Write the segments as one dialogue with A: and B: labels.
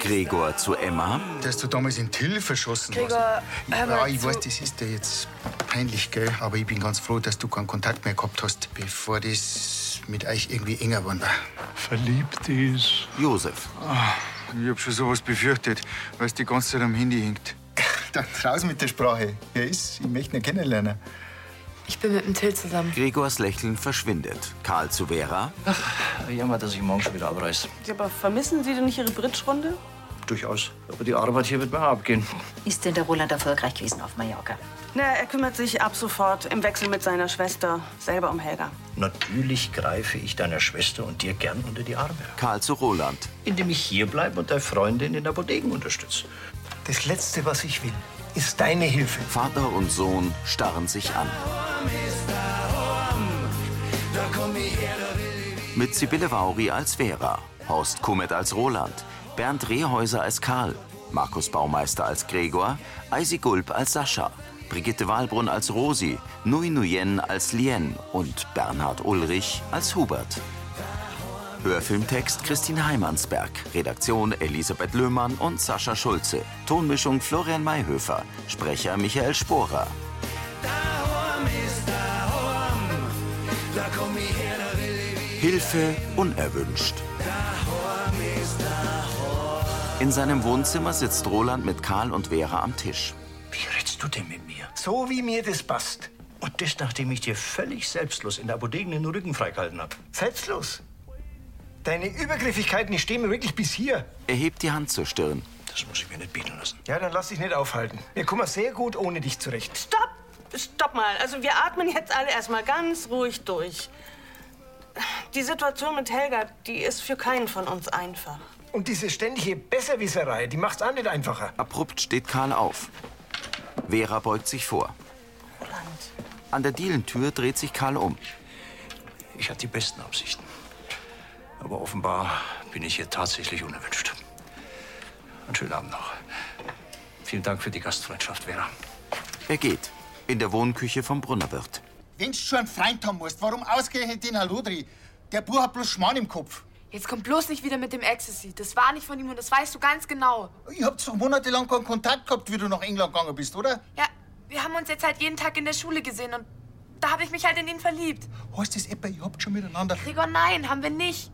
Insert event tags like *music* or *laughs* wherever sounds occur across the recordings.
A: Gregor zu Emma.
B: Der hast du damals in Till verschossen
C: Gregor, hör mal
B: lassen. Ja, ich
C: zu.
B: weiß, das ist dir jetzt peinlich, gell? Aber ich bin ganz froh, dass du keinen Kontakt mehr gehabt hast, bevor das mit euch irgendwie enger geworden war.
D: Verliebt ist.
A: Josef.
E: Ah, Ich hab schon sowas befürchtet, weil die ganze Zeit am Handy hängt.
B: *laughs* Dann raus mit der Sprache. Wer ist? Ich möchte ihn kennenlernen.
C: Ich bin mit dem Till zusammen.
A: Gregors Lächeln verschwindet. Karl zu Vera.
F: Jammer, Äh, dass ich morgen schon wieder abreiß.
G: Ja, aber vermissen Sie denn nicht Ihre Bridge-Runde?
F: Durchaus. Aber die Arbeit hier wird mir auch abgehen.
H: Ist denn der Roland erfolgreich gewesen auf Mallorca?
G: Na, er kümmert sich ab sofort im Wechsel mit seiner Schwester selber um Helga.
F: Natürlich greife ich deiner Schwester und dir gern unter die Arme.
A: Karl zu Roland.
F: Indem ich hier bleibe und deine Freundin in der Bodega unterstütze.
I: Das Letzte, was ich will, ist deine Hilfe.
A: Vater und Sohn starren sich an. Mit Sibylle Vauri als Vera, Horst Kummet als Roland, Bernd Rehäuser als Karl, Markus Baumeister als Gregor, Eisi Gulb als Sascha, Brigitte Wahlbrunn als Rosi, Nui Nuyen als Lien und Bernhard Ulrich als Hubert. Hörfilmtext Christine Heimansberg, Redaktion Elisabeth Löhmann und Sascha Schulze, Tonmischung Florian Mayhöfer, Sprecher Michael Sporer. Hilfe unerwünscht. In seinem Wohnzimmer sitzt Roland mit Karl und Vera am Tisch.
F: Wie redst du denn mit mir?
I: So wie mir das passt.
F: Und das, nachdem ich dir völlig selbstlos in der Bodega den Rücken freigehalten habe.
I: Selbstlos. Deine Übergriffigkeiten, die stehen mir wirklich bis hier.
A: Er hebt die Hand zur Stirn.
F: Das muss ich mir nicht bieten lassen.
I: Ja, dann lass dich nicht aufhalten. Wir kommen sehr gut ohne dich zurecht.
G: Stopp! Stopp mal. Also wir atmen jetzt alle erstmal ganz ruhig durch. Die Situation mit Helga, die ist für keinen von uns einfach.
I: Und diese ständige Besserwisserei, die macht's auch nicht einfacher.
A: Abrupt steht Karl auf. Vera beugt sich vor.
G: Roland.
A: An der Dielentür dreht sich Karl um.
F: Ich hatte die besten Absichten. Aber offenbar bin ich hier tatsächlich unerwünscht. Einen schönen Abend noch. Vielen Dank für die Gastfreundschaft, Vera.
A: Er geht. In der Wohnküche vom Brunnerwirt.
B: Wenn du schon einen Freund haben musst, warum ausgerechnet den Haludri? Der Bub hat bloß Schmarrn im Kopf.
C: Jetzt kommt bloß nicht wieder mit dem Ecstasy. Das war nicht von ihm und das weißt du ganz genau.
B: Ihr habt doch monatelang keinen Kontakt gehabt, wie du nach England gegangen bist, oder?
C: Ja, wir haben uns jetzt halt jeden Tag in der Schule gesehen und da habe ich mich halt in ihn verliebt.
B: Heißt das etwa, ihr habt schon miteinander...
C: Gregor, nein, haben wir nicht.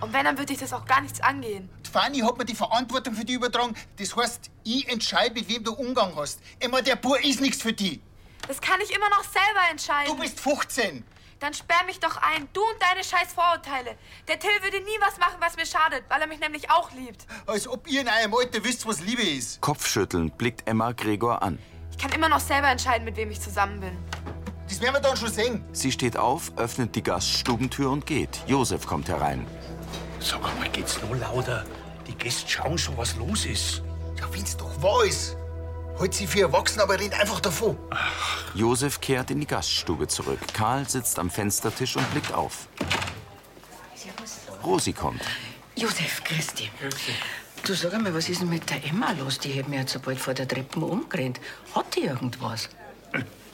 C: Und wenn, dann würde ich das auch gar nichts angehen.
B: Die Fanny hat mir die Verantwortung für die übertragen. Das heißt, ich entscheide, mit wem du Umgang hast. Immer der Bub ist nichts für die.
C: Das kann ich immer noch selber entscheiden.
B: Du bist 15.
C: Dann sperr mich doch ein, du und deine scheiß Vorurteile. Der Till würde nie was machen, was mir schadet, weil er mich nämlich auch liebt.
B: Als ob ihr in eurem Alter wisst, was Liebe ist.
A: Kopfschüttelnd blickt Emma Gregor an.
C: Ich kann immer noch selber entscheiden, mit wem ich zusammen bin.
B: Das werden wir dann schon sehen.
A: Sie steht auf, öffnet die Gaststubentür und geht. Josef kommt herein.
F: Sag mal, geht's nur lauter? Die Gäste schauen schon, was los ist.
B: Ja, wenn's doch wahr ist. Halt sie für erwachsen, aber rennt einfach davon.
A: Josef kehrt in die Gaststube zurück. Karl sitzt am Fenstertisch und blickt auf. Rosi kommt.
H: Josef, Christi. Du sag einmal, was ist denn mit der Emma los? Die hat mir jetzt so bald vor der Treppe umgerannt. Hat die irgendwas?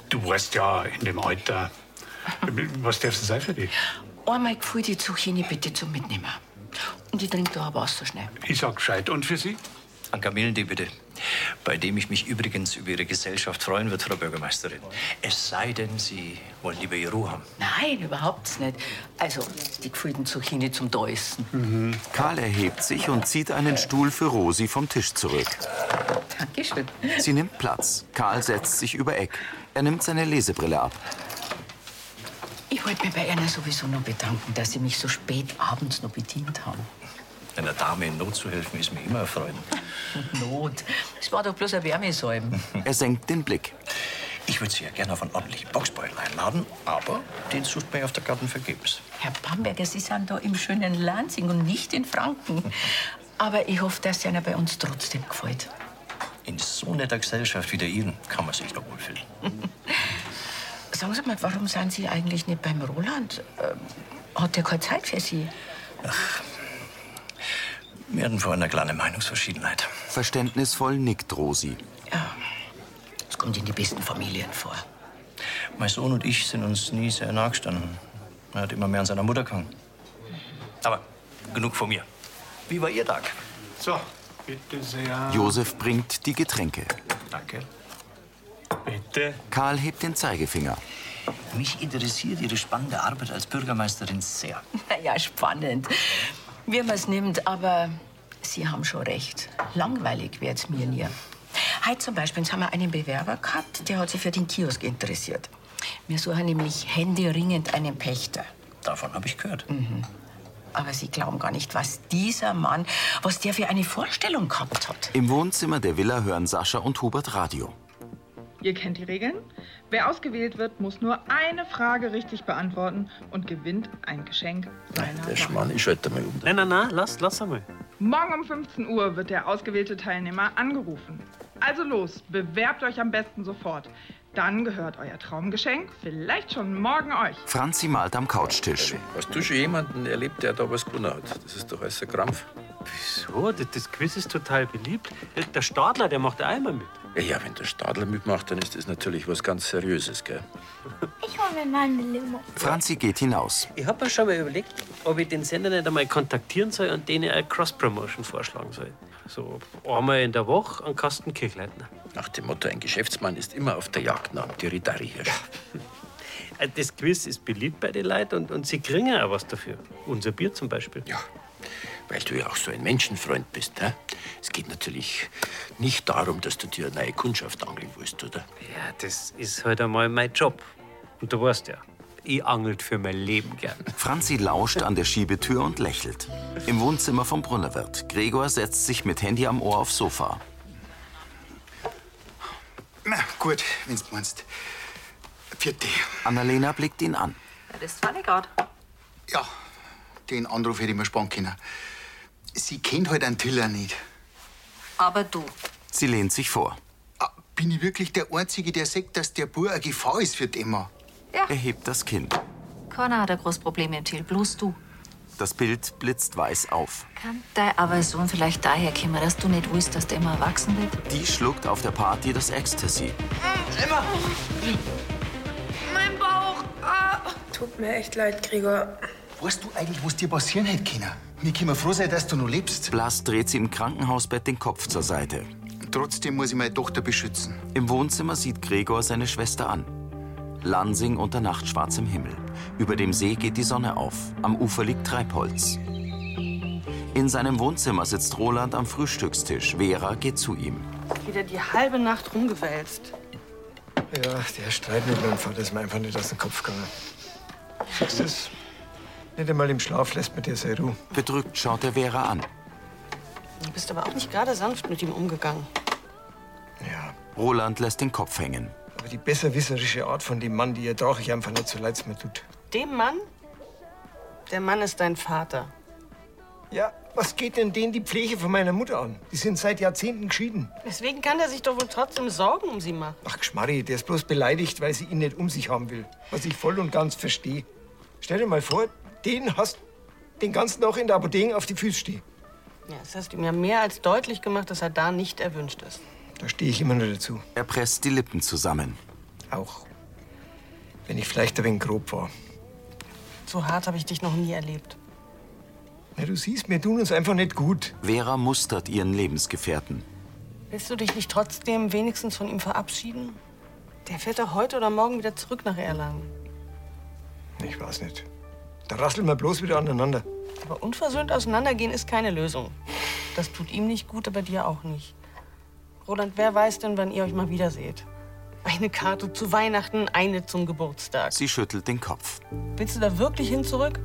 D: Du warst ja in dem Alter. Was darfst du sein für dich?
H: Einmal gefühlt die Zucchini bitte zum Mitnehmen. Und ich trinke da auch Wasser schnell.
D: Ich sag gescheit. Und für Sie?
F: Ein Kamillentee bitte. Bei dem ich mich übrigens über Ihre Gesellschaft freuen würde, Frau Bürgermeisterin. Es sei denn, Sie wollen lieber Ihre Ruhe haben.
H: Nein, überhaupt nicht. Also, die gefühlten Zucchini zum Däusen.
A: Karl erhebt sich und zieht einen Stuhl für Rosi vom Tisch zurück.
H: Dankeschön.
A: Sie nimmt Platz. Karl setzt sich über Eck. Er nimmt seine Lesebrille ab.
H: Ich wollte mich bei Erna sowieso noch bedanken, dass sie mich so spät abends noch bedient haben.
F: Einer Dame in Not zu helfen, ist mir immer eine Freude.
H: Not. Es war doch bloß ein Wärmesäuben.
A: Er senkt den Blick. Ich
F: Ich würde Sie ja gerne auf einen ordentlichen Boxbeutel einladen, aber den sucht man ja auf der Garten vergebens.
H: Herr Bamberger, Sie sind da im schönen Lansing und nicht in Franken. Aber ich hoffe, dass es Ihnen bei uns trotzdem gefällt.
F: In so netter Gesellschaft wie der Ihren kann man sich doch wohlfühlen.
H: *laughs* Sagen Sie mal, warum sind Sie eigentlich nicht beim Roland? Ähm, Hat der keine Zeit für *laughs* Sie?
F: Wir hatten vorhin eine kleine Meinungsverschiedenheit.
A: verständnisvoll nickt Rosi.
H: Das kommt in die besten Familien vor.
F: Mein Sohn und ich sind uns nie sehr nahe gestanden. Er hat immer mehr an seiner Mutter gehangen. Aber genug von mir. Wie war Ihr Tag?
D: So, Bitte sehr.
A: Josef bringt die Getränke.
F: Danke.
D: Bitte.
A: Karl hebt den Zeigefinger.
F: Mich interessiert Ihre spannende Arbeit als Bürgermeisterin sehr.
H: Naja, spannend. Wie man es nimmt, aber Sie haben schon recht. Langweilig wird's mir nie. Heute zum Beispiel haben wir einen Bewerber gehabt, der hat sich für den Kiosk interessiert. Wir suchen nämlich händeringend einen Pächter. Mhm.
F: Davon habe ich gehört.
H: Aber Sie glauben gar nicht, was dieser Mann, was der für eine Vorstellung gehabt hat.
A: Im Wohnzimmer der Villa hören Sascha und Hubert Radio.
J: Ihr kennt die Regeln. Wer ausgewählt wird, muss nur eine Frage richtig beantworten und gewinnt ein Geschenk seiner
F: Der
J: Wahl.
F: Schmann ist halt einmal um.
K: Nein, nein, nein, lass, lass einmal.
J: Morgen um 15 Uhr wird der ausgewählte Teilnehmer angerufen. Also los, bewerbt euch am besten sofort. Dann gehört euer Traumgeschenk vielleicht schon morgen euch.
A: Franzi malt am Couchtisch.
L: Hast du schon jemanden erlebt, der da was gewonnen hat? Das ist doch alles ein Krampf.
K: Wieso? Das, das Quiz ist total beliebt. Äh, Der- Der Stadler, der macht auch immer mit.
L: Ja, wenn der Stadler mitmacht, dann ist das natürlich was ganz Seriöses, gell?
M: Ich hole mir mal eine Limo.
A: Franzi geht hinaus.
K: Ich habe mir schon mal überlegt, ob ich den Sender nicht einmal kontaktieren soll und denen eine Cross-Promotion vorschlagen soll. So einmal in der Woche an Kasten Kirchleitner.
L: Nach dem Motto, ein Geschäftsmann ist immer auf der Jagd nach dem Tiridari-Hirsch.
K: *laughs* Äh, Das Quiz ist beliebt bei den Leuten und, und sie kriegen auch was dafür. Unser Bier zum Beispiel.
L: Ja. Weil du ja auch so ein Menschenfreund bist, hä? Es geht natürlich nicht darum, dass du dir eine neue Kundschaft angeln willst, oder?
K: Ja, das ist halt einmal mein Job. Und du weißt ja, ich angelt für mein Leben gern.
A: Franzi lauscht an der Schiebetür und lächelt. Im Wohnzimmer vom Brunnerwirt. Gregor setzt sich mit Handy am Ohr aufs Sofa.
B: Na gut, wenn's meinst. Vierte.
A: Annalena blickt ihn an.
B: Das war nicht grad. Ja, den Anruf hätte ich mir sparen können. Sie kennt halt einen Tiller nicht.
N: Aber du.
A: Sie lehnt sich vor.
B: Ah, Bin ich wirklich der Einzige, der sagt, dass der Bub eine Gefahr ist für die Emma?
N: Ja.
A: Er hebt das Kinn.
N: Keiner hat ein großes Problem im Till, bloß du.
A: Das Bild blitzt weiß auf.
N: Kann deine Aversion vielleicht daher kommen, dass du nicht willst, dass der immer erwachsen wird?
A: Die schluckt auf der Party das Ecstasy.
C: Emma! Mein Bauch! Ah.
B: Tut mir echt leid, Gregor. Weißt du eigentlich, was dir passieren hätte können? Wir können froh sein, dass du noch lebst.
A: Blas dreht sie im Krankenhausbett den Kopf zur Seite.
B: Trotzdem muss ich meine Tochter beschützen.
A: Im Wohnzimmer sieht Gregor seine Schwester an. Lansing unter nachtschwarzem Himmel. Über dem See geht die Sonne auf. Am Ufer liegt Treibholz. In seinem Wohnzimmer sitzt Roland am Frühstückstisch. Vera geht zu ihm.
G: Wieder die halbe Nacht rumgewälzt.
I: Ja, der Streit mit meinem Vater ist mir einfach nicht aus dem Kopf gegangen. Siehst du es? Nicht einmal im Schlaf lässt mir der seine Ruhe.
A: Bedrückt schaut er Vera an.
G: Du bist aber auch nicht gerade sanft mit ihm umgegangen.
A: Roland lässt den Kopf hängen.
I: Aber die besserwisserische Art von dem Mann, die ertrage ich einfach nicht so leid es mir tut.
G: Dem Mann? Der Mann ist dein Vater.
I: Ja, was geht denn denen die Pflege von meiner Mutter an? Die sind seit Jahrzehnten geschieden.
G: Deswegen kann er sich doch wohl trotzdem Sorgen um sie machen.
I: Ach, Schmarri, der ist bloß beleidigt, weil sie ihn nicht um sich haben will. Was ich voll und ganz verstehe. Stell dir mal vor, den hast den ganzen Tag in der Apotheke auf die Füße stehen.
G: Ja, das hast du mir mehr als deutlich gemacht, dass er da nicht erwünscht ist.
I: Da stehe ich immer nur dazu.
A: Er presst die Lippen zusammen.
I: Auch wenn ich vielleicht ein wenig grob war.
G: So hart habe ich dich noch nie erlebt.
I: Na, du siehst, wir tun uns einfach nicht gut.
A: Vera mustert ihren Lebensgefährten.
G: Willst du dich nicht trotzdem wenigstens von ihm verabschieden? Der fährt doch heute oder morgen wieder zurück nach Erlangen.
I: Ich weiß nicht. Da rasseln wir bloß wieder aneinander.
G: Aber unversöhnt auseinandergehen ist keine Lösung. Das tut ihm nicht gut, aber dir auch nicht. Roland, wer weiß denn, wann ihr euch mal wiederseht? Eine Karte zu Weihnachten, eine zum Geburtstag.
A: Sie schüttelt den Kopf.
G: Willst du da wirklich hin zurück?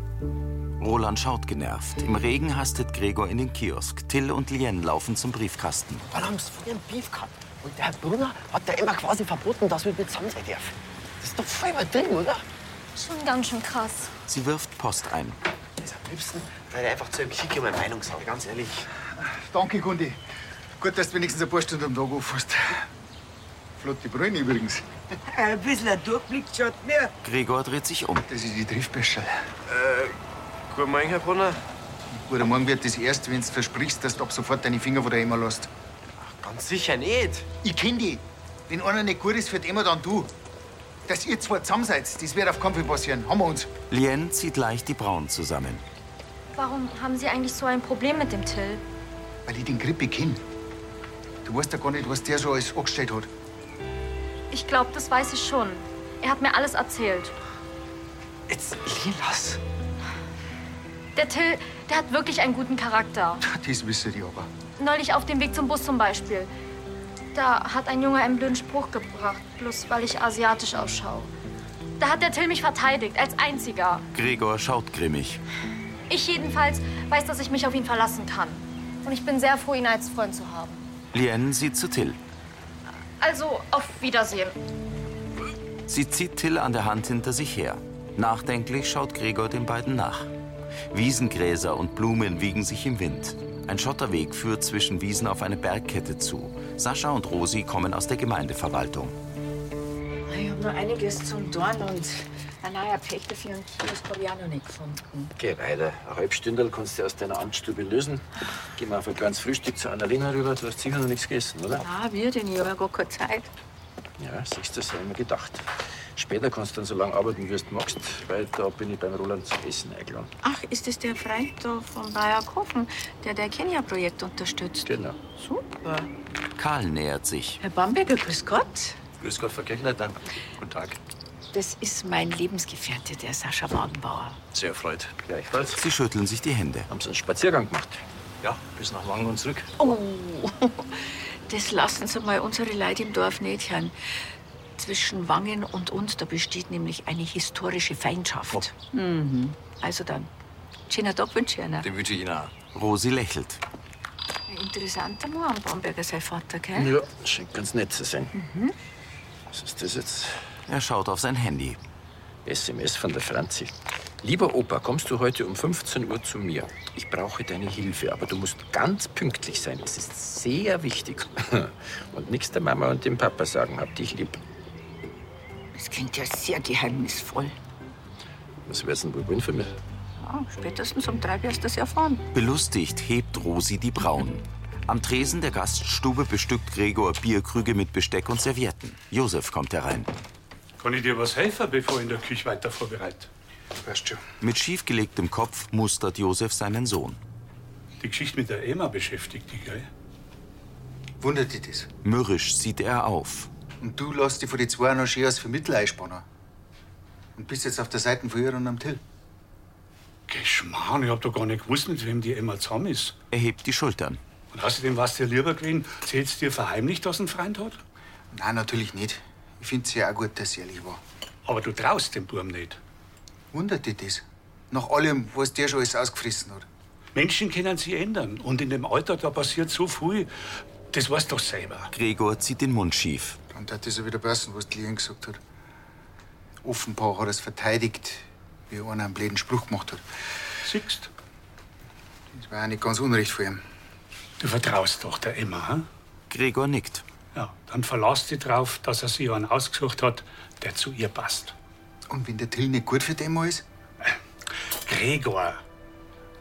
A: Roland schaut genervt. Im Regen hastet Gregor in den Kiosk. Till und Lien laufen zum Briefkasten.
O: Ballons von ihrem Brief gehabt. Und der Herr Brunner hat der immer quasi verboten, dass wir mit zusammen sein dürfen. Das ist doch voll übertrieben, oder?
M: Schon ganz schön krass.
A: Sie wirft Post ein.
O: Das am liebsten, weil ich einfach zu ihm schicke und meine Meinung sage, ganz ehrlich.
B: Danke, Gundi. Gut, dass du wenigstens ein paar Stunden am Tag auffasst. Flotte Brüne übrigens.
P: Äh, Ein bisschen ein Durchblick schaut mir.
A: Gregor dreht sich um.
B: Das ist die Triffbäscherl.
P: Äh,
B: Guten Morgen, Herr Brunner. Guten Morgen wird das erst, wenn du versprichst, dass du ab sofort deine Finger von der Emma lässt.
O: Ganz sicher nicht.
B: Ich kenn die. Wenn einer nicht gut ist, wird immer dann du. Dass ihr zwei zusammen seid, das wird auf keinen Fall passieren. Haben wir uns.
A: Lien zieht leicht die Brauen zusammen.
M: Warum haben Sie eigentlich so ein Problem mit dem Till?
B: weil ich den Grippe kenne. Du weißt ja gar nicht, was der so alles angestellt hat.
M: Ich glaube, das weiß ich schon. Er hat mir alles erzählt.
B: Jetzt Lilas.
M: Der Till, der hat wirklich einen
O: *laughs*
M: guten Charakter.
B: Das wissen die aber.
M: Neulich auf dem Weg zum Bus zum Beispiel. Da hat ein Junge einen blöden Spruch gebracht, bloß weil ich asiatisch ausschaue. Da hat der Till mich verteidigt, als einziger.
A: Gregor schaut grimmig.
M: Ich jedenfalls weiß, dass ich mich auf ihn verlassen kann. Und ich bin sehr froh, ihn als Freund zu haben.
A: Lien sieht zu Till.
M: Also, auf Wiedersehen.
A: Sie zieht Till an der Hand hinter sich her. Nachdenklich schaut Gregor den beiden nach. Wiesengräser und Blumen wiegen sich im Wind. Ein Schotterweg führt zwischen Wiesen auf eine Bergkette zu. Sascha und Rosi kommen aus der Gemeindeverwaltung.
H: Ich habe noch einiges zum Dorn und ein neuer Pächter für einen Kiosk habe ich auch noch nicht gefunden.
L: Geh weiter. Ein Halbstündel kannst du aus deiner Amtsstube lösen. Gehen wir auf ein kleines Frühstück zu Annalena rüber. Du hast sicher noch nichts gegessen, oder?
H: Ah, wir denn? Ich habe ja gar keine Zeit.
L: Ja, siehst du, das habe ich mir gedacht. Später kannst du dann so lange arbeiten, wie du magst, weil da bin ich beim Roland zum Essen eingeladen.
H: Ach, ist das der Freund da von Bayerkofen, der der Kenia-Projekt unterstützt?
L: Genau.
H: Super.
A: Karl nähert sich.
H: Herr Bamberger, grüß Gott.
L: Grüß Gott, Frau Kirchleiter. Guten Tag.
H: Das ist mein Lebensgefährte, der Sascha Wagenbauer.
L: Sehr erfreut.
A: Gleichfalls. Sie schütteln sich die Hände.
L: Haben Sie einen Spaziergang gemacht? Ja, bis nach Langen und zurück.
H: Oh, *laughs* das lassen Sie mal unsere Leute im Dorf nicht hören. Zwischen Wangen und uns, da besteht nämlich eine historische Feindschaft. Mhm. Also dann, schönen Tag wünsche ich Ihnen.
L: Den wünsche ich Ihnen auch.
A: Rosi lächelt.
H: Ein interessanter Mann, Bamberger, sein Vater, gell?
L: Ja, scheint ganz nett zu sein.
H: Mhm.
L: Was ist das jetzt?
A: Er schaut auf sein Handy.
L: SMS von der Franzi. Lieber Opa, kommst du heute um 15 Uhr zu mir? Ich brauche deine Hilfe, aber du musst ganz pünktlich sein. Es ist sehr wichtig. *laughs* Und nichts der Mama und dem Papa sagen, hab dich lieb.
H: Das klingt ja sehr geheimnisvoll.
L: Was wär's denn wohl wollen für mich?
H: Ja, spätestens um drei wirst du es erfahren.
A: Belustigt hebt Rosi die Brauen. Am Tresen der Gaststube bestückt Gregor Bierkrüge mit Besteck und Servietten. Josef kommt herein.
D: Kann ich dir was helfen, bevor ich in der Küche weiter vorbereite? Weißt schon.
A: Mit schiefgelegtem Kopf mustert Josef seinen Sohn.
D: Die Geschichte mit der Emma beschäftigt dich, gell?
B: Wundert dich das?
A: Mürrisch sieht er auf.
B: Und du lässt dich von den zwei noch schön als Vermittler einspannen. Und bist jetzt auf der Seite von ihr und am Till.
D: Geschmarrn, ich hab doch gar nicht gewusst, mit wem die Emma zusammen ist.
A: Er hebt die Schultern.
D: Und außerdem war's dir lieber gewesen, sie hätt's dir verheimlicht, dass sie einen Freund hat?
B: Nein, natürlich nicht. Ich find's ja auch gut, dass sie ehrlich war.
D: Aber du traust dem Burm nicht.
B: Wundert dich das? Nach allem, was der schon alles ausgefressen hat.
D: Menschen können sich ändern. Und in dem Alter, da passiert so viel. Das weißt du doch selber.
A: Gregor zieht den Mund schief.
B: Und hat das ja wieder passen, was die Lien gesagt hat. Offenbar hat er es verteidigt, wie einer einen blöden Spruch gemacht hat.
D: Siehst
B: Das war ja nicht ganz unrecht von ihm.
D: Du vertraust doch der Emma, hm?
A: Gregor nickt.
D: Ja, dann verlass dich drauf, dass er sich einen ausgesucht hat, der zu ihr passt.
B: Und wenn der Till nicht gut für die Emma ist?
D: Äh, Gregor,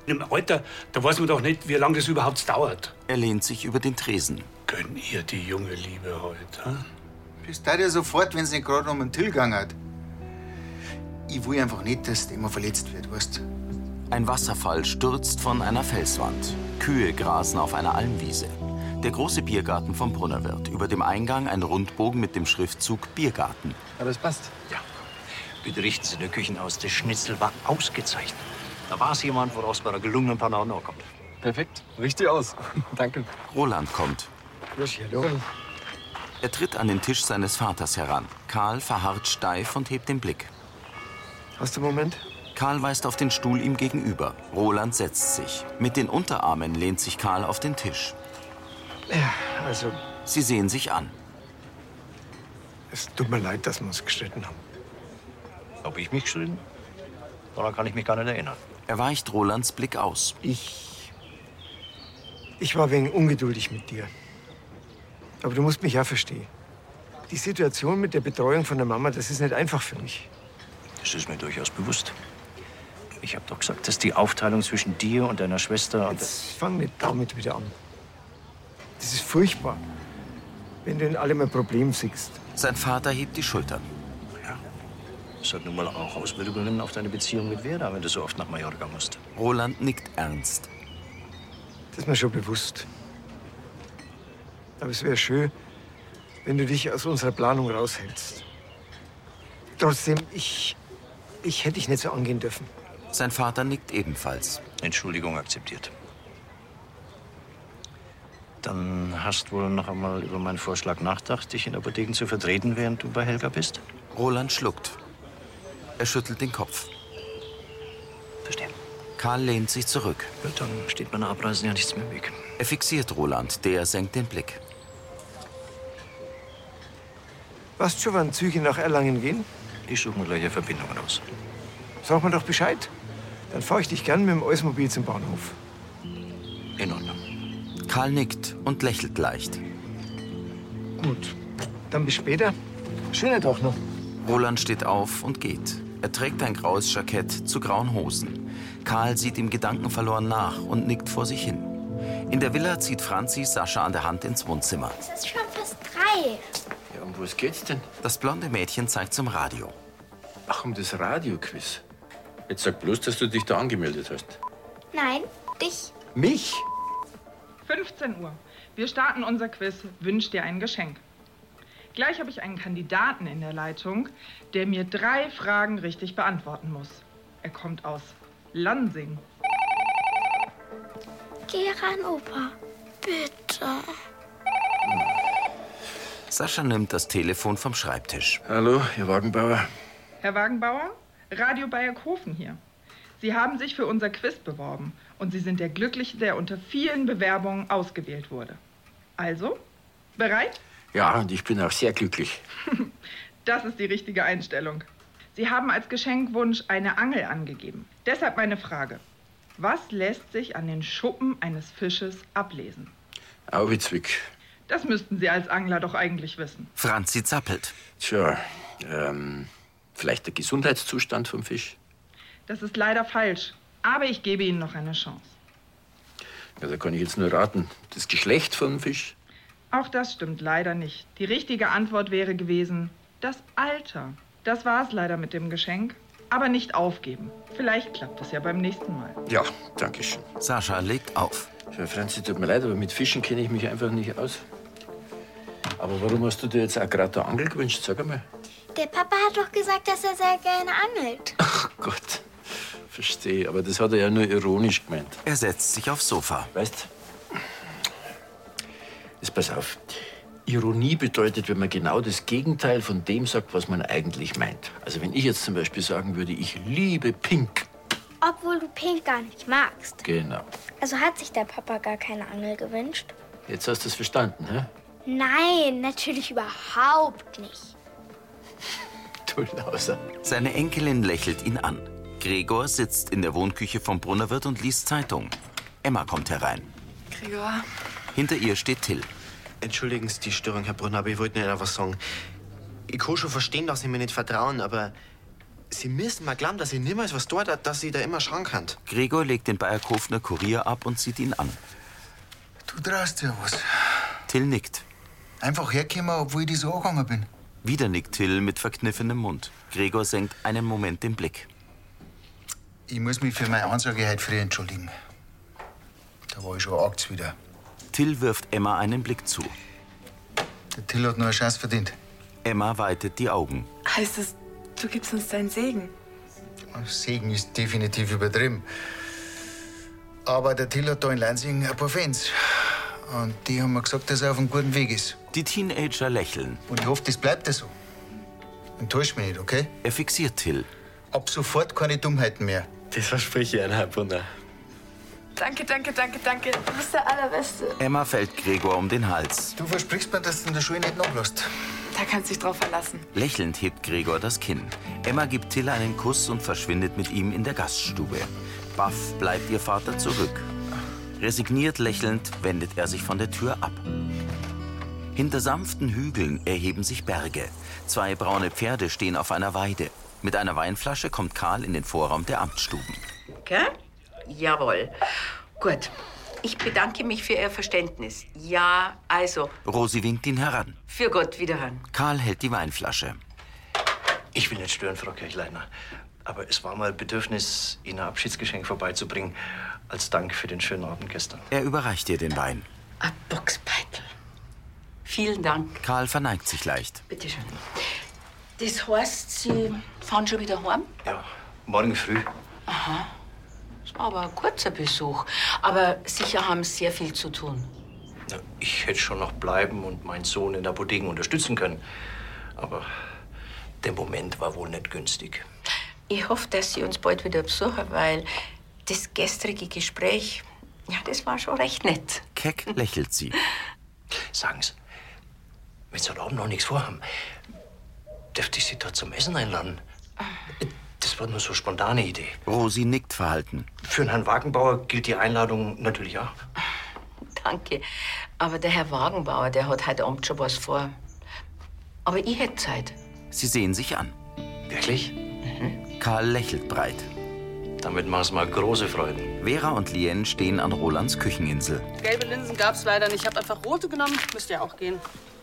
D: im Alter, da weiß man doch nicht, wie lange das überhaupt dauert.
A: Er lehnt sich über den Tresen.
D: Gönn ihr die junge Liebe heute, hm?
B: Das tat er sofort, wenn es nicht gerade um den Till gegangen hat. Ich will einfach nicht, dass die Emma verletzt wird, weißt du?
A: Ein Wasserfall stürzt von einer Felswand. Kühe grasen auf einer Almwiese. Der große Biergarten vom Brunnerwirt. Über dem Eingang ein Rundbogen mit dem Schriftzug Biergarten.
F: Aber es passt. Ja. Bitte richten Sie den Küchen aus. Das Schnitzel war ausgezeichnet. Da war es jemand, woraus bei einer gelungenen Panade kommt.
Q: Perfekt, richtig aus. *laughs* Danke.
A: Roland kommt.
I: Grüß hallo.
A: Er tritt an den Tisch seines Vaters heran. Karl verharrt steif und hebt den Blick.
I: Hast du einen Moment?
A: Karl weist auf den Stuhl ihm gegenüber. Roland setzt sich. Mit den Unterarmen lehnt sich Karl auf den Tisch.
I: Ja, also,
A: Sie sehen sich an.
I: es tut mir leid, dass wir uns gestritten haben.
F: Habe ich mich geschrieben? Daran kann ich mich gar nicht erinnern.
A: Er weicht Rolands Blick aus.
I: Ich. Ich war wegen ungeduldig mit dir. Aber du musst mich ja verstehen. Die Situation mit der Betreuung von der Mama, das ist nicht einfach für mich.
F: Das ist mir durchaus bewusst. Ich habe doch gesagt, dass die Aufteilung zwischen dir und deiner Schwester und
I: Jetzt fang nicht damit wieder an. Das ist furchtbar, wenn du in allem ein Problem siehst.
A: Sein Vater hebt die Schultern.
F: das hat nun mal auch Auswirkungen auf deine Beziehung mit Vera, wenn du so oft nach Mallorca musst.
A: Roland nickt ernst.
I: Das ist mir schon bewusst. Aber es wäre schön, wenn du dich aus unserer Planung raushältst. Trotzdem, ich, ich hätte dich nicht so angehen dürfen.
A: Sein Vater nickt ebenfalls.
F: Entschuldigung akzeptiert. Dann hast wohl noch einmal über meinen Vorschlag nachgedacht, dich in Apotheken zu vertreten, während du bei Helga bist?
A: Roland schluckt. Er schüttelt den Kopf.
F: Verstehe.
A: Karl lehnt sich zurück.
F: Dann steht meiner Abreise ja nichts mehr im Weg.
A: Er fixiert Roland, der senkt den Blick.
I: Weißt schon, wann Züge nach Erlangen gehen?
F: Ich suche mir gleich Verbindungen aus.
I: Sag mir doch Bescheid. Dann fahre ich dich gern mit dem Eusmobil zum Bahnhof.
F: In Ordnung.
A: Karl nickt und lächelt leicht.
I: Gut. Dann bis später. Schönen Tag noch.
A: Roland steht auf und geht. Er trägt ein graues Jackett zu grauen Hosen. Karl sieht ihm gedankenverloren nach und nickt vor sich hin. In der Villa zieht Franzi Sascha an der Hand ins Wohnzimmer.
R: Es ist schon fast drei.
L: Ja, um was geht's denn?
A: Das blonde Mädchen zeigt zum Radio.
L: Ach, um das Radioquiz. Jetzt sag bloß, dass du dich da angemeldet hast.
R: Nein, dich.
L: Mich?
J: 15 Uhr. Wir starten unser Quiz Wünsch dir ein Geschenk. Gleich habe ich einen Kandidaten in der Leitung, der mir drei Fragen richtig beantworten muss. Er kommt aus Lansing.
R: Geh ran, Opa. Bitte.
A: Sascha nimmt das Telefon vom Schreibtisch.
L: Hallo, Herr Wagenbauer.
J: Herr Wagenbauer, Radio Bayerkofen hier. Sie haben sich für unser Quiz beworben und Sie sind der Glückliche, der unter vielen Bewerbungen ausgewählt wurde. Also, bereit?
L: Ja, und ich bin auch sehr glücklich.
J: Das ist die richtige Einstellung. Sie haben als Geschenkwunsch eine Angel angegeben. Deshalb meine Frage. Was lässt sich an den Schuppen eines Fisches ablesen?
L: Auwitzwick.
J: Das müssten Sie als Angler doch eigentlich wissen.
A: Franzi zappelt.
L: Tja, ähm, vielleicht der Gesundheitszustand vom Fisch?
J: Das ist leider falsch, aber ich gebe Ihnen noch eine Chance.
L: Ja, da kann ich jetzt nur raten. Das Geschlecht vom Fisch?
J: Auch das stimmt leider nicht. Die richtige Antwort wäre gewesen das Alter. Das war es leider mit dem Geschenk. Aber nicht aufgeben. Vielleicht klappt es ja beim nächsten Mal.
L: Ja, danke schön.
A: Sascha legt auf.
L: Ja, Franzi, tut mir leid, aber mit Fischen kenne ich mich einfach nicht aus. Aber warum hast du dir jetzt auch gerade eine Angel gewünscht? Sag einmal.
R: Der Papa hat doch gesagt, dass er sehr gerne angelt.
L: Gott, verstehe. Aber das hat er ja nur ironisch gemeint.
A: Er setzt sich aufs Sofa.
L: Weißt? Jetzt pass auf. Ironie bedeutet, wenn man genau das Gegenteil von dem sagt, was man eigentlich meint. Also wenn ich jetzt zum Beispiel sagen würde, ich liebe Pink.
R: Obwohl du Pink gar nicht magst.
L: Genau.
R: Also hat sich der Papa gar keine Angel gewünscht?
L: Jetzt hast du es verstanden, hä?
R: Nein, natürlich überhaupt nicht.
L: Du Lauser.
A: Seine Enkelin lächelt ihn an. Gregor sitzt in der Wohnküche vom Brunnerwirt und liest Zeitung. Emma kommt herein.
S: Gregor.
A: Hinter ihr steht Till.
T: Entschuldigen Sie die Störung, Herr Brunner, aber ich wollte nicht etwas sagen. Ich kann schon verstehen, dass Sie mir nicht vertrauen, aber Sie müssen mal glauben, dass ich niemals was dort hat, dass Sie da immer schauen kann.
A: Gregor legt den Bayerkofener Kurier ab und sieht ihn an.
B: Du traust dir was.
A: Till nickt.
B: Einfach herkommen, obwohl ich dich so angegangen bin.
A: Wieder nickt Till mit verkniffenem Mund. Gregor senkt einen Moment den Blick.
B: Ich muss mich für meine Ansage heute früh entschuldigen. Da war ich schon arg wieder.
A: Till wirft Emma einen Blick zu.
B: Der Till hat nur eine Chance verdient.
A: Emma weitet die Augen.
S: Heißt es, du gibst uns deinen Segen?
B: Segen ist definitiv übertrieben. Aber der Till hat da in Lansing ein paar Fans. Und die haben mir gesagt, dass er auf einem guten Weg ist.
A: Die Teenager lächeln.
B: Und ich hoffe, das bleibt so. Enttäusch mich nicht, okay?
A: Er fixiert Till.
B: Ab sofort keine Dummheiten mehr.
T: Das verspreche ich Ihnen, Herr Brunner.
S: Danke, danke, danke, danke. Du bist der Allerbeste.
A: Emma fällt Gregor um den Hals.
B: Du versprichst mir, dass du in der Schule nicht nachlässt.
S: Da kannst du dich drauf verlassen.
A: Lächelnd hebt Gregor das Kinn. Emma gibt Till einen Kuss und verschwindet mit ihm in der Gaststube. Baff bleibt ihr Vater zurück. Resigniert lächelnd wendet er sich von der Tür ab. Hinter sanften Hügeln erheben sich Berge. Zwei braune Pferde stehen auf einer Weide. Mit einer Weinflasche kommt Karl in den Vorraum der Amtsstuben.
H: Gell? Jawohl. Gut. Ich bedanke mich für Ihr Verständnis. Ja, also,
A: Rosi winkt ihn heran.
H: für Gott, wiederhören.
A: Karl hält die Weinflasche.
F: Ich will nicht stören, Frau Kirchleitner. Aber es war mal Bedürfnis, Ihnen ein Abschiedsgeschenk vorbeizubringen, als Dank für den schönen Abend gestern.
A: Er überreicht ihr den Wein.
H: Vielen Dank.
A: Karl verneigt sich leicht.
H: Bitte schön. Das heißt, Sie fahren schon wieder heim?
F: Morgen früh.
H: Aha. Das war aber ein kurzer Besuch. Aber sicher haben Sie sehr viel zu tun.
F: Na, Ich hätte schon noch bleiben und meinen Sohn in der Bodega unterstützen können. Aber der Moment war wohl nicht günstig.
H: Ich hoffe, dass Sie uns bald wieder besuchen, weil das gestrige Gespräch, ja, das war schon recht nett.
A: Keck lächelt sie.
F: *laughs* Sagen Sie, wenn Sie heute Abend noch nichts vorhaben, dürfte ich Sie dort zum Essen einladen? Das war nur so eine spontane Idee.
A: Rosi nickt verhalten.
F: Für den Herrn Wagenbauer gilt die Einladung natürlich auch.
H: *laughs* Danke. Aber der Herr Wagenbauer, der hat heute Abend schon was vor. Aber ich hätte Zeit.
A: Sie sehen sich an. Mhm.
F: Wirklich?
A: Karl lächelt breit.
F: Damit machen es mal große Freuden.
A: Vera und Lien stehen an Rolands Kücheninsel.
G: Gelbe Linsen gab's leider nicht. Ich hab einfach rote genommen. Müsst ja auch gehen.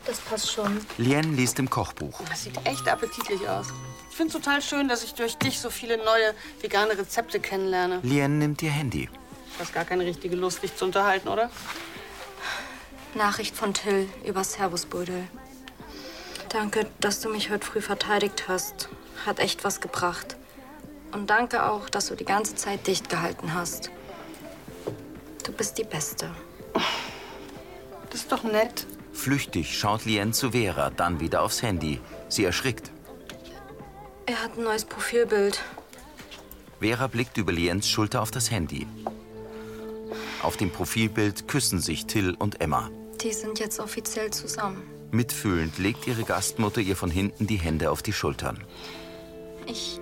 G: Das passt schon.
A: Lien liest im Kochbuch.
G: Das sieht echt appetitlich aus. Ich find's total schön, dass ich durch dich so viele neue vegane Rezepte kennenlerne.
A: Lien nimmt ihr Handy.
G: Du hast gar keine richtige Lust, dich zu unterhalten, oder?
M: Nachricht von Till über Servusbrödel. Danke, dass du mich heute früh verteidigt hast. Hat echt was gebracht. Und danke auch, dass du die ganze Zeit dicht gehalten hast. Du bist die Beste.
G: Das ist doch nett.
A: Flüchtig schaut Lien zu Vera, dann wieder aufs Handy. Sie erschrickt.
M: Er hat ein neues Profilbild.
A: Vera blickt über Liens Schulter auf das Handy. Auf dem Profilbild küssen sich Till und Emma.
M: Die sind jetzt offiziell zusammen.
A: Mitfühlend legt ihre Gastmutter ihr von hinten die Hände auf die Schultern.
M: Ich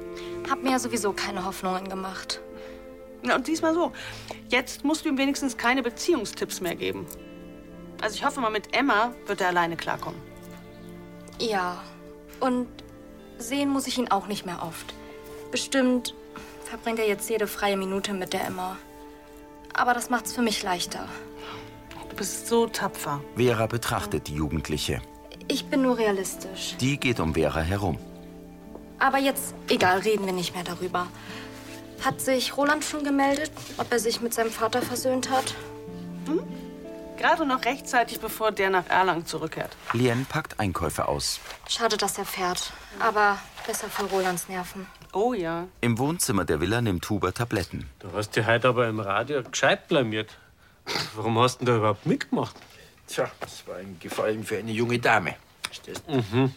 M: hab mir ja sowieso keine Hoffnungen gemacht.
G: Na, und diesmal so. Jetzt musst du ihm wenigstens keine Beziehungstipps mehr geben. Also ich hoffe mal, mit Emma wird er alleine klarkommen.
M: Ja. Und sehen muss ich ihn auch nicht mehr oft. Bestimmt verbringt er jetzt jede freie Minute mit der Emma. Aber das macht's für mich leichter.
G: Du bist so tapfer.
A: Vera betrachtet die Jugendliche.
M: Ich bin nur realistisch.
A: Die geht um Vera herum.
M: Aber jetzt, egal, reden wir nicht mehr darüber. Hat sich Roland schon gemeldet, ob er sich mit seinem Vater versöhnt hat?
G: Hm? Gerade noch rechtzeitig, bevor der nach Erlangen zurückkehrt.
A: Lien packt Einkäufe aus.
M: Schade, dass er fährt. Aber besser für Rolands Nerven.
G: Oh ja.
A: Im Wohnzimmer der Villa nimmt Huber Tabletten.
K: Du hast dich heute aber im Radio gescheit blamiert. Warum hast du denn da überhaupt mitgemacht?
L: Tja, das war ein Gefallen für eine junge Dame. Verstehst du?
K: Mhm.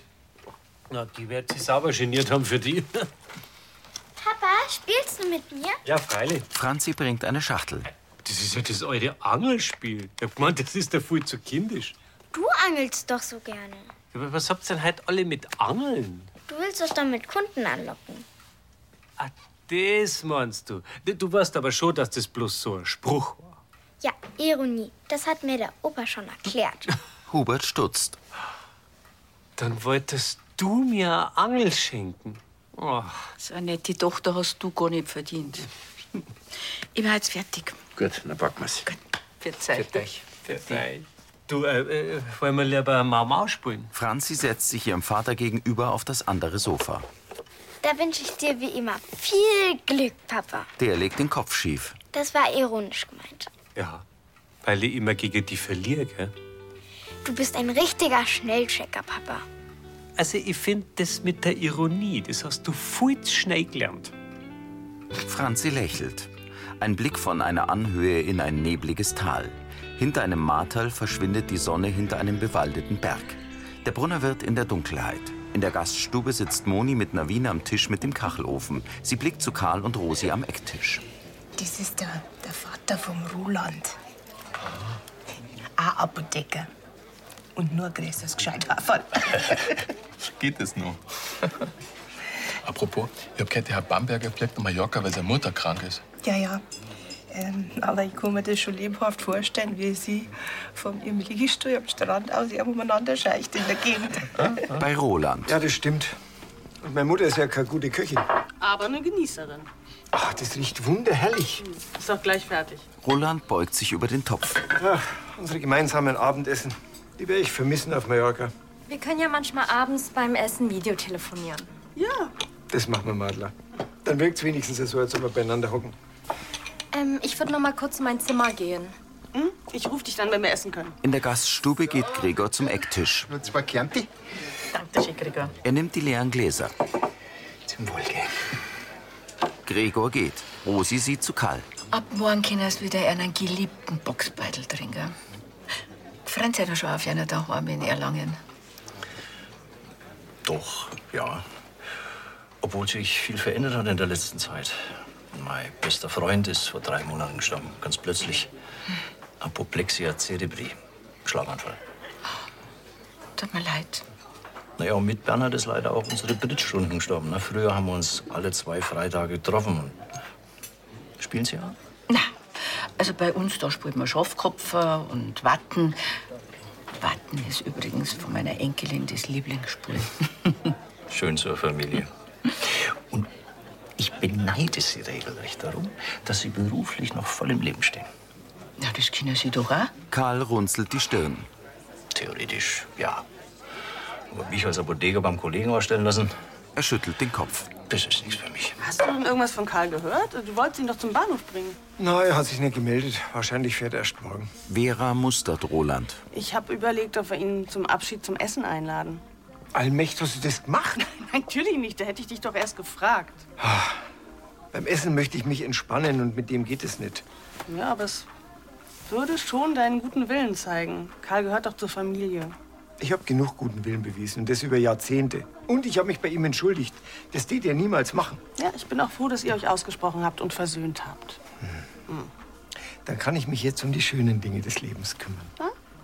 K: Na, die wird sich sauber geniert haben für die.
R: Papa, spielst du mit mir?
K: Ja, freilich.
A: Franzi bringt eine Schachtel.
K: Das ist ja das alte Angelspiel. Ich hab gemeint, das ist ja viel zu kindisch.
R: Du angelst doch so gerne.
K: Aber was habt ihr denn heute alle mit Angeln?
R: Du willst doch damit Kunden anlocken.
K: Das meinst du. Du du weißt aber schon, dass das bloß so ein Spruch war.
R: Ja, Ironie. Das hat mir der Opa schon erklärt.
A: Hubert stutzt.
K: Dann wolltest du mir eine Angel schenken. Oh.
H: So eine nette Tochter hast du gar nicht verdient. Ich bin jetzt fertig.
L: Gut, dann packen wir's.
H: Für Zeit. Für dich.
K: Für Du, äh, äh, wollen wir lieber Mama spielen?
A: Franzi setzt sich ihrem Vater gegenüber auf das andere Sofa.
R: Da wünsche ich dir wie immer viel Glück, Papa.
A: Der legt den Kopf schief.
R: Das war ironisch gemeint.
K: Ja, weil ich immer gegen die verliere, gell?
R: Du bist ein richtiger Schnellchecker, Papa.
K: Also, ich finde das mit der Ironie, das hast du viel zu schnell gelernt.
A: Franzi lächelt. Ein Blick von einer Anhöhe in ein nebliges Tal. Hinter einem Martal verschwindet die Sonne hinter einem bewaldeten Berg. Der Brunner wird in der Dunkelheit. In der Gaststube sitzt Moni mit Navina am Tisch mit dem Kachelofen. Sie blickt zu Karl und Rosi am Ecktisch.
U: Das ist der, der Vater vom Roland. Ein Apotheker. Und nur ein größeres Gescheithaferl.
Q: Geht es noch? Apropos, ich hab gehört, der Herr Bamberger fliegt nach Mallorca, weil seine Mutter krank ist.
U: ja, ja. Ähm, aber ich kann mir das schon lebhaft vorstellen, wie sie von ihrem Liegestuhl am Strand aus irgendwo umeinander scheicht in der Gegend.
A: Bei Roland.
I: Ja, das stimmt. Und meine Mutter ist ja keine gute Köchin.
G: Aber eine Genießerin.
I: Ach, das riecht wunderherrlich.
G: Ist doch gleich fertig.
A: Roland beugt sich über den Topf.
I: Ach, unsere gemeinsamen Abendessen. Die werde ich vermissen auf Mallorca.
M: Wir können ja manchmal abends beim Essen Videotelefonieren.
G: Ja.
I: Das machen wir, Madler. Dann wirkt's wenigstens so, als ob wir beieinander hocken.
M: Ähm, ich würde noch mal kurz in mein Zimmer gehen.
G: Hm? Ich rufe dich dann, wenn wir essen können.
A: In der Gaststube geht Gregor zum Ecktisch.
B: Nur zwei Chianti?
G: Dankeschön, Gregor.
A: Er nimmt die leeren Gläser. Zum Wohl Gregor geht. Rosi sieht zu Karl.
H: Ab morgen können Sie wieder einen geliebten Boxbeutel trinken. Franz hat ja schon auf einer daheim in Erlangen.
F: Doch, ja. Obwohl sich viel verändert hat in der letzten Zeit. Mein bester Freund ist vor drei Monaten gestorben, ganz plötzlich. Apoplexia cerebri, Schlaganfall.
H: Tut mir leid.
F: Naja, und mit Bernhard ist leider auch unsere Bridge-Stunden gestorben. Ne? Früher haben wir uns alle zwei Freitage getroffen. Und spielen Sie an?
H: Also bei uns, da spielt man Schafkopfer und Watten. Watten ist übrigens von meiner Enkelin das Lieblingsspiel. *laughs*
F: Schön zur Familie. Und ich beneide Sie regelrecht darum, dass Sie beruflich noch voll im Leben stehen.
H: Na, das können Sie doch auch.
A: Karl runzelt die Stirn.
F: Theoretisch, ja. Aber mich als Apotheker beim Kollegen ausstellen lassen?
A: Er schüttelt den Kopf.
F: Das ist nichts für mich.
G: Hast du denn irgendwas von Karl gehört? Du wolltest ihn doch zum Bahnhof bringen.
I: Na, er hat sich nicht gemeldet. Wahrscheinlich fährt er erst morgen.
A: Vera mustert Roland.
G: Ich habe überlegt, ob wir ihn zum Abschied zum Essen einladen.
I: Allmächtig hast du das gemacht?
G: Natürlich nicht, da hätte ich dich doch erst gefragt.
I: Beim Essen möchte ich mich entspannen und mit dem geht es nicht.
G: Ja, aber es würde schon deinen guten Willen zeigen. Karl gehört doch zur Familie.
I: Ich habe genug guten Willen bewiesen und das über Jahrzehnte. Und ich habe mich bei ihm entschuldigt. Das tät ihr niemals machen.
G: Ja, ich bin auch froh, dass ihr euch ausgesprochen habt und versöhnt habt.
I: Hm. Dann kann ich mich jetzt um die schönen Dinge des Lebens kümmern.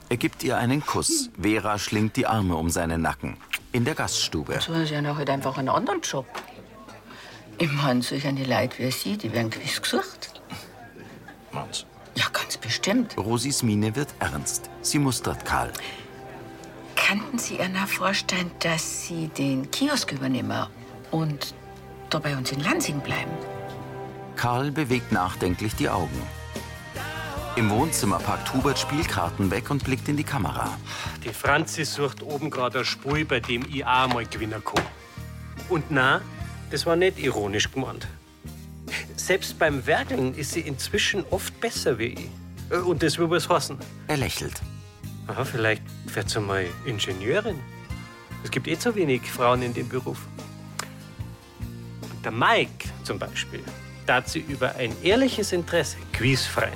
A: Er gibt ihr einen Kuss. Vera schlingt die Arme um seinen Nacken. In der Gaststube.
H: So ist ja noch halt einfach einen anderen Job. Ich meine, solch eine Leute wie Sie, die werden gewiss gesucht.
F: Manns.
H: Ja, ganz bestimmt.
A: Rosis Miene wird ernst. Sie mustert Karl.
H: Kannten Sie ihr noch vorstellen, dass Sie den Kiosk übernehmen und da bei uns in Lansing bleiben?
A: Karl bewegt nachdenklich die Augen. Im Wohnzimmer packt Hubert Spielkarten weg und blickt in die Kamera.
K: Die Franzi sucht oben gerade ein Spiel, bei dem ich auch mal gewinnen kann. Und na, das war nicht ironisch gemeint. Selbst beim Werkeln ist sie inzwischen oft besser wie ich. Äh, Und das will was heißen.
A: Er lächelt.
K: Aha, vielleicht wird sie mal Ingenieurin. Es gibt eh zu wenig Frauen in dem Beruf. Und Der Mike zum Beispiel, da hat sie über ein ehrliches Interesse quizfrei.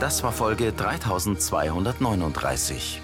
A: Das war Folge 3239.